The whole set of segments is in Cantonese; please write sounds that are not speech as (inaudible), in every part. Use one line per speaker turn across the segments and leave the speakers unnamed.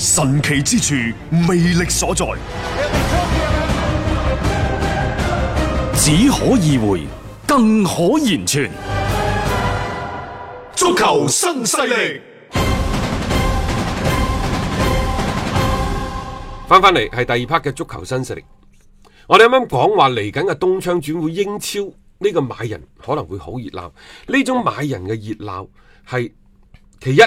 神奇之處，魅力所在，
只可意會，更可言傳。
足球新勢力，
翻翻嚟係第二 part 嘅足球新勢力。我哋啱啱講話嚟緊嘅東窗轉會英超呢、個買人可能會好熱鬧，呢種買人嘅熱鬧係其一，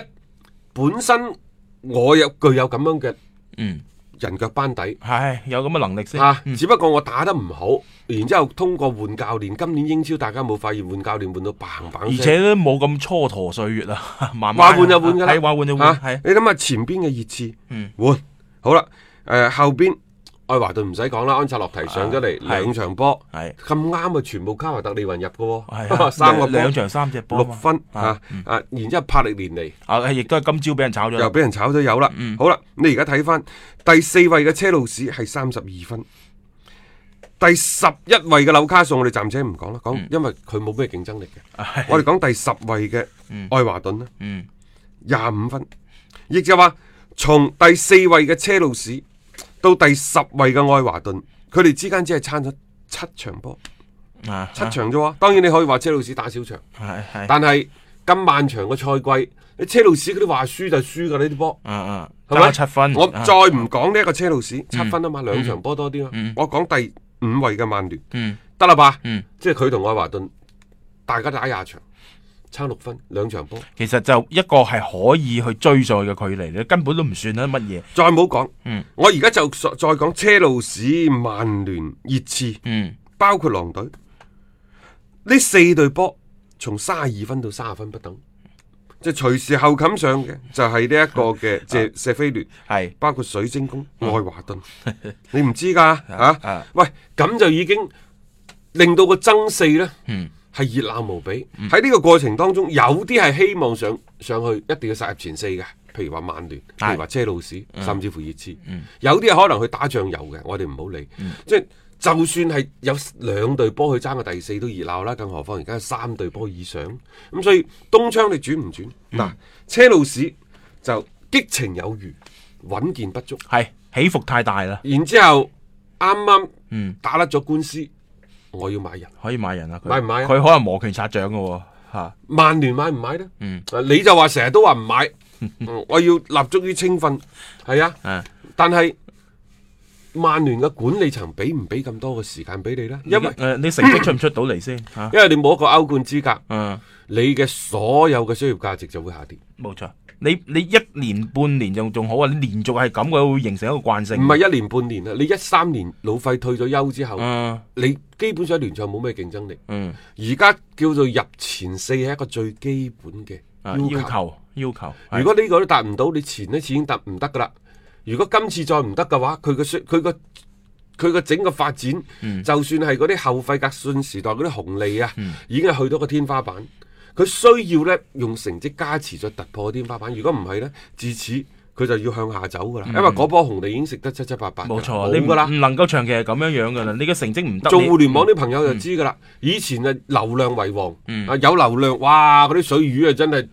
本身我有具有咁樣嘅
嗯
人腳班底。
係嗯有咁嘅能力先。
啊，只不過我打得唔好，然之後通過換教練，今年英超大家有冇發現換教練換到砰砰
而
聲
且都冇咁蹉跎歲月啦， (laughs) 慢慢
話換就換㗎啦，
係話換就
啊
換，係嗯
你諗下前邊嘅熱刺，換好啦，誒後邊愛華頓唔使講啦，安察洛提上咗嚟
啊係
兩場波，
係
咁啱啊，全部卡華特利雲入嘅
係啊
喎， (laughs) 三個波
兩場三隻波
六
嘛
分
啊
啊啊，然之後帕力連尼
啊，亦都係今朝俾人炒咗
又
啦，
俾人炒咗魷啦，
嗯
好啦，你而家睇翻第四位嘅車路士係三十二分。第十一位嘅紐卡素，我哋暫且唔講啦，
嗯
講因為佢冇咩競爭力嘅。我哋講第十位嘅愛華頓啦，
嗯
廿五分，亦就話從第四位嘅車路士到第十位嘅愛華頓，佢哋之間只係差咗七場波，
啊，
七場啫喎。當然你可以話車路士打少場，
係係，
但係咁漫長嘅賽季，你車路士嗰啲話輸就輸㗎呢啲波。
啊啊，
係咪
加七分，
我
啊嗯
再唔講呢一個車路士七分啊嘛，兩場波多啲啊。我講第五位嘅曼聯，
嗯
得啦吧？
嗯
即係佢同愛華頓大家打廿場，差六分，兩場波。
其實就一個係可以去追上去嘅距離，你根本都唔算得乜嘢。
再冇講，
嗯
我而家就再再講車路士、曼聯、熱刺，
嗯，
包括狼隊呢四隊波，從三十二分到三十分不等，即係隨時後冚
(laughs)
上嘅就係呢一個嘅謝謝菲聯，
啊係嗯
包括水晶宮、愛
(laughs)
華頓，你唔知㗎嚇、啊
啊
喂，咁就已經令到個爭四呢
嗯
係熱鬧無比。喺呢個過程當中，有啲係希望上上去，一定要殺入前四嘅。譬如話曼聯，譬如話車路士，甚至乎熱刺，有啲係可能去打醬油嘅，我哋唔好理。即係就算係有兩隊波去爭個第四都熱鬧啦，更何況而家有三隊波以上。咁所以東窗你轉唔轉？嗱，車路士就激情有餘，穩健不足。
係起伏太大啦，
然之後啱啱
嗯
打甩咗官司，我要買人。
可以買人啦。佢
買唔買啊
佢可能磨拳擦掌嘅喎，嚇
曼聯買唔買呢？
嗯
啊你就話成日都話唔買，
(laughs)
嗯我要立足於青訓，係啊。
啊
但係曼聯嘅管理層俾唔俾咁多嘅時間俾你呢？因為
誒你成績出唔出到嚟先嚇？
因為你冇一個歐冠資格，
嗯。
你嘅所有嘅商業價值就會下跌。
冇錯，你你一年半年仲仲好啊，你連續係咁嘅會形成一個慣性。
唔係一年半年啦，啊你一三年老費退咗休之後，
嗯
你基本上喺聯賽冇咩競爭力。
嗯
而家叫做入前四係一個最基本嘅
啊
求。
要求要求，
如果呢個都達唔到，你前一次已經達唔得噶啦。如果今次再唔得嘅話，佢個佢個佢個整個發展，
嗯
就算係嗰啲後費格遜時代嗰啲紅利啊，已經係去到個天花板。佢需要呢用成績加持再突破天花板。如果唔係呢，自此佢就要向下走噶啦。因為嗰波紅利已經食得七七八八㗎
嗯
啦，
冇錯，你
冇噶啦
唔。唔能夠長期係咁樣樣噶啦，你嘅成績唔得，
做
你嗯
互聯網啲朋友就知噶啦，以前啊流量為王，啊有流量，哇嗰啲水魚啊真係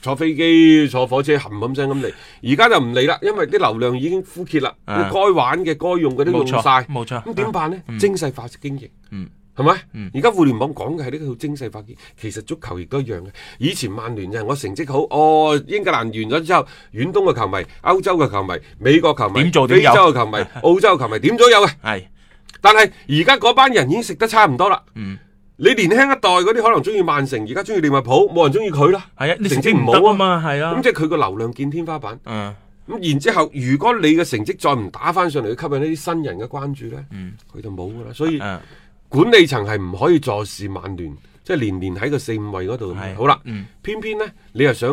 坐飛機、坐火車冚冚聲咁嚟，而家就唔嚟啦，因為啲流量已經枯竭啦，你
啊
該玩嘅、該用嘅都用
冇錯
晒，
冇錯
咁點辦呢？精細化經營
嗯。
係咪？而家互聯網講嘅係呢套精細化經營，其實足球亦都一樣嘅。以前曼聯就係我成績好，哦，英格蘭完咗之後，遠東嘅球迷、歐洲嘅球迷、美國球迷、
點做點
非洲
有
嘅球迷、澳洲嘅球迷，點都有嘅。
係
但係而家嗰班人已經食得差唔多啦。
嗯
你年輕一代嗰啲可能中意曼城，而家中意利物浦，冇人中意佢啦。
係啊，你
成
成
績
績
唔
唔
好
得
啊
啊嘛，係
咁
啊，
即係佢個流量見天花板。
嗯
咁然之後，如果你嘅成績再唔打翻上嚟，去吸引呢啲新人嘅關注呢，佢、就冇噶啦。所以
嗯
管理層係唔可以坐視曼聯，即係年年喺個四五位嗰度。
係啊
好啦，
嗯
偏偏呢，你又想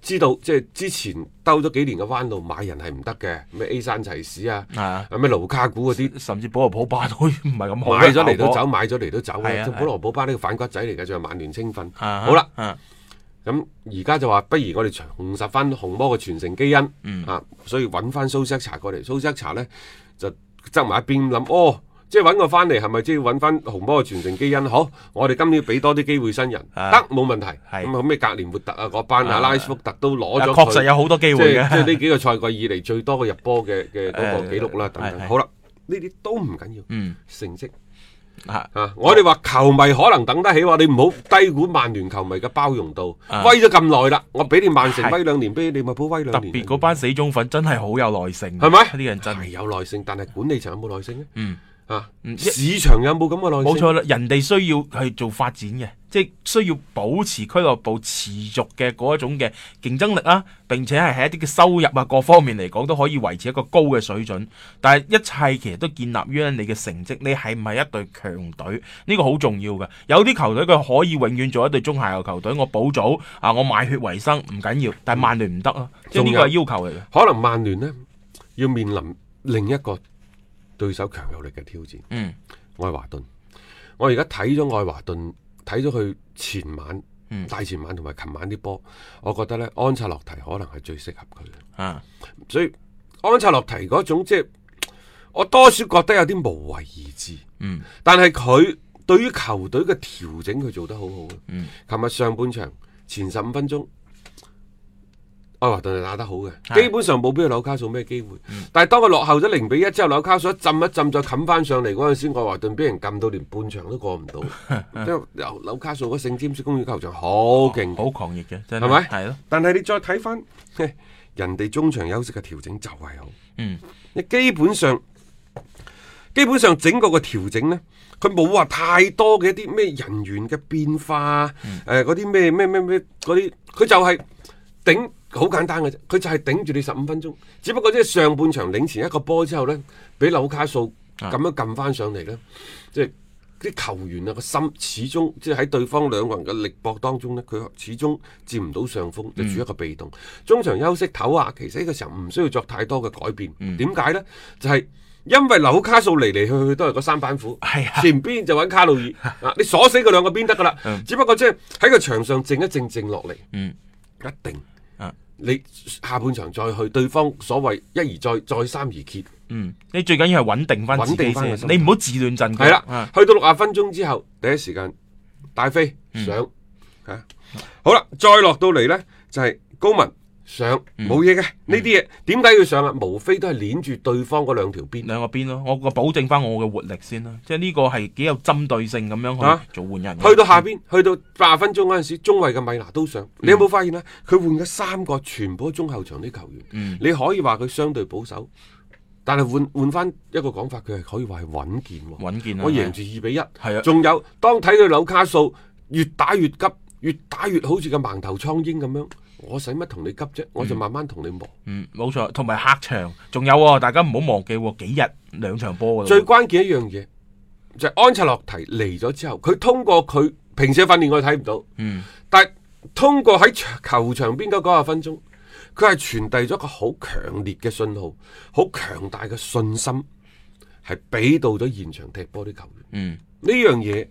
知道即係之前兜咗幾年嘅彎路買人係唔得嘅，咩 A 山齊士啊，
啊
咩盧卡古嗰啲。
甚至保羅普巴都 (laughs) 唔係咁好嘅
買咗嚟
效
都
果
走，買咗嚟都走
係啊
嘅。即
係啊
保羅保巴呢個反骨仔嚟嘅，仲係曼聯青訓。
啊
好啦，
啊
咁而家就話，不如我哋重拾翻紅魔嘅傳承基因、
嗯
啊，所以揾翻蘇斯克查過嚟。蘇斯克查呢，就側埋一邊諗，哦，即係揾我翻嚟係咪即係揾翻紅魔嘅傳承基因？好，我哋今年俾多啲機會新人，
啊
得冇問題。
係
咁後尾格連活特啊，嗰班啊，
啊
拉斯福特都攞
啊
咗佢。
確實有好多機
即
會
係即係
嘅，
呢幾個賽季以嚟最多嘅入波嘅嘅嗰個記錄
誒
啦，等
係係
等。好啦，呢啲都唔緊要，
嗯
成績。
啊
啊！我哋話球迷可能等得起喎，你唔好低估曼聯球迷嘅包容度。
啊
威咗咁耐啦，我俾你曼城
係
威兩年，俾你利物浦威兩
(laughs) 特
年。
別嗰班死忠粉真係好有耐性，啊
係咪
呢啲人真
係
係
有耐性，但係管理層有冇耐性咧？
嗯
啊，
嗯一
市場有冇咁嘅耐性？
冇錯啦，人哋需要係做發展嘅，即係需要保持俱樂部持續嘅嗰一種嘅競爭力啊，並且係喺一啲嘅收入啊各方面嚟講都可以維持一個高嘅水準。但係一切其實都建立於你嘅成績，你係唔係一隊強隊？呢個好重要嘅。有啲球隊佢可以永遠做一隊中下游球隊，我保組啊，我賣血為生唔緊要，但係曼聯唔得啊，即係呢個係要求嚟嘅。
可能曼聯呢，要面臨另一個對手強有力嘅挑戰。
嗯，
愛華頓，我而家睇咗愛華頓，睇咗佢前晚、
嗯
大前晚同埋琴晚啲波，我覺得呢，安察洛提可能係最適合佢嘅。
啊，
所以安察洛提嗰種即係我多少覺得有啲無為而治，
嗯，
但係佢對於球隊嘅調整佢做得好好啊。嗯，琴日上半場前十五分鐘。愛華頓係打得好嘅，
係嗯
基本上冇俾佢紐卡素咩機會。但係當佢落後咗零比一之後，紐卡素一浸一浸再冚翻上嚟嗰陣時，愛華頓俾人撳到連半場都過
(laughs)
唔到。因為紐紐卡素嗰聖詹士公園球場好勁，
好狂熱嘅，真係
係咪？
係咯，
但係你再睇翻，嘿人哋中場休息嘅調整就係好。
嗯，
你基本上，基本上整個嘅調整呢，佢冇話太多嘅一啲咩人員嘅變化，
嗯
誒嗰啲咩咩咩咩嗰啲，佢就係頂好簡單嘅啫。佢就係頂住你十五分鐘，只不過即係上半場領前一個波之後呢，俾紐卡素
啊
咁樣撳翻上嚟呢，即係。啲球員啊個心始終即係喺對方兩個人嘅力搏當中呢，佢始終佔唔到上風，
嗯
就處於一個被動。中場休息唞下，其實呢個時候唔需要作太多嘅改變。
嗯
點解呢？就係、因為紐卡素嚟嚟去去都係嗰三板斧，
係啊
前邊就揾卡路
(laughs)
爾啊，你鎖死佢兩個邊得噶啦。只不過即係喺個場上靜一靜靜落嚟，
嗯
一定
啊
你下半場再去對方所謂一而再再三而竭。
嗯，你最緊要係穩定翻自
穩定
己
返個
先，
心
你唔好自亂陣腳。
係啦
啊，
去到六十分鐘之後，第一時間大飛上嚇，好啦，再落到嚟呢，就係高文上冇嘢嘅呢啲嘢，點解要上啊？無非都係攆住對方嗰兩條邊。
兩個邊咯，我個保證翻我嘅活力先啦，即係呢個係幾有針對性咁樣
啊
去做換人嘅。
去到下邊，去到八十分鐘嗰陣時，中衞嘅米拿都
嗯
上。你有冇發現啊？佢換咗三個全部都中後場啲球員，
嗯
你可以話佢相對保守，但係換換翻一個講法，佢係可以話係穩健喎。
穩健啊
我贏住二比一。
係啊
仲有當睇佢紐卡素越打越急，越打越好似個盲頭蒼鷹咁樣，我使乜同你急啫？我就慢慢同你磨。
嗯，冇錯，同埋客場，仲有啊喎，大家唔好忘記喎，幾日兩場波㗎
最
啦喎。
關鍵一樣嘢就係、安切洛提嚟咗之後，佢通過佢平時嘅訓練我哋睇唔到，
嗯
但係通過喺場球場邊嗰九十分鐘，佢係傳遞咗一個好強烈嘅信號，好強大嘅信心，係俾到咗現場踢波啲球員。
嗯，
呢樣嘢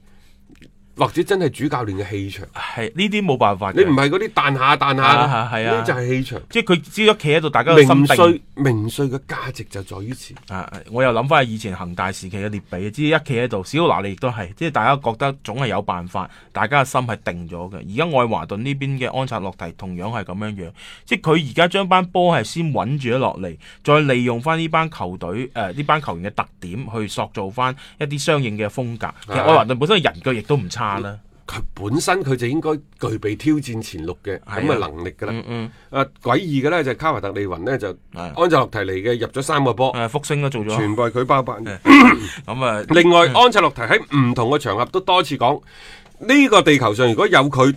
或者真係主教練嘅氣場，
係呢啲冇辦法嘅。
你唔係嗰啲彈下彈下
啊
嘅，
係
呢
啊
就係氣場。
即係佢只要企喺度，大家嘅心
名
定
帥名帥嘅價值就在於此。
啊！我又諗翻以前恒大時期嘅列比，只要一企喺度，小拿利亦都係，即係大家覺得總係有辦法，大家嘅心係定咗嘅。而家愛華頓呢邊嘅安察洛提同樣係咁樣樣，即係佢而家將班波係先穩住咗落嚟，再利用翻呢班球隊呃誒呢、班球員嘅特點去塑造翻一啲相應嘅風格。其實愛華頓本身嘅人腳亦都唔差啦，
佢本身佢就應該具備挑戰前六嘅咁嘅能力㗎啦。
嗯
啊，詭異嘅咧就係啊卡華特利雲呢，就安
係
切洛提嚟嘅入咗三個波，
嗯誒福星都做咗，
全部係佢包辦。
咁啊
另外，嗯安切洛提喺唔同嘅場合都多次講，呢、個地球上如果有佢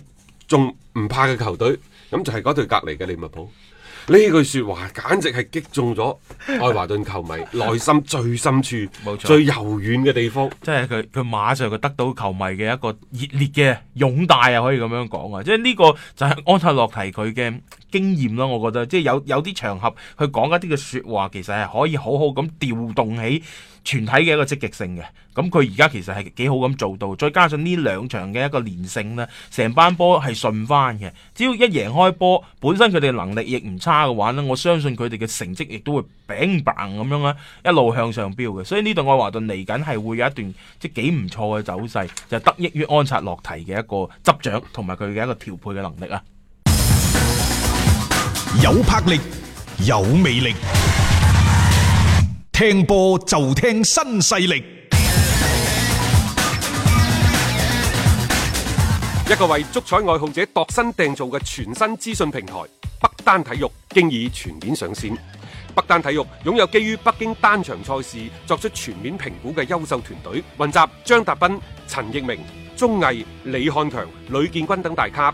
仲唔怕嘅球隊，咁就係嗰隊隔離嘅利物浦。呢句説話簡直係擊中咗愛華頓球迷 (laughs) 內心最深處、
冇錯
最柔軟嘅地方。
即係佢佢馬上佢得到球迷嘅一個熱烈嘅擁戴啊，可以咁樣講啊！即係呢個就係安特洛提佢嘅經驗咯，我覺得即係有有啲場合去講一啲嘅説話，其實係可以好好咁調動起全體嘅一個積極性嘅。咁佢而家其實係幾好咁做到，再加上呢兩場嘅一個連勝呢，成班波係順翻嘅。只要一贏開波，本身佢哋能力亦唔差嘅話呢，我相信佢哋嘅成績亦都會 bang bang 咁樣啦，一路向上飆嘅。所以呢度愛華頓嚟緊係會有一段即係幾唔錯嘅走勢，就得益於安察洛提嘅一個執掌同埋佢嘅一個調配嘅能力啊。
有魄力，有魅力，聽波就聽新勢力。
一個為足彩愛好者度身訂造嘅全新資訊平台北單體育，經已全面上線。北單體育擁有基於北京單場賽事作出全面評估嘅優秀團隊，雲集張達斌、陳奕明、鐘毅、李漢強、呂建軍等大咖，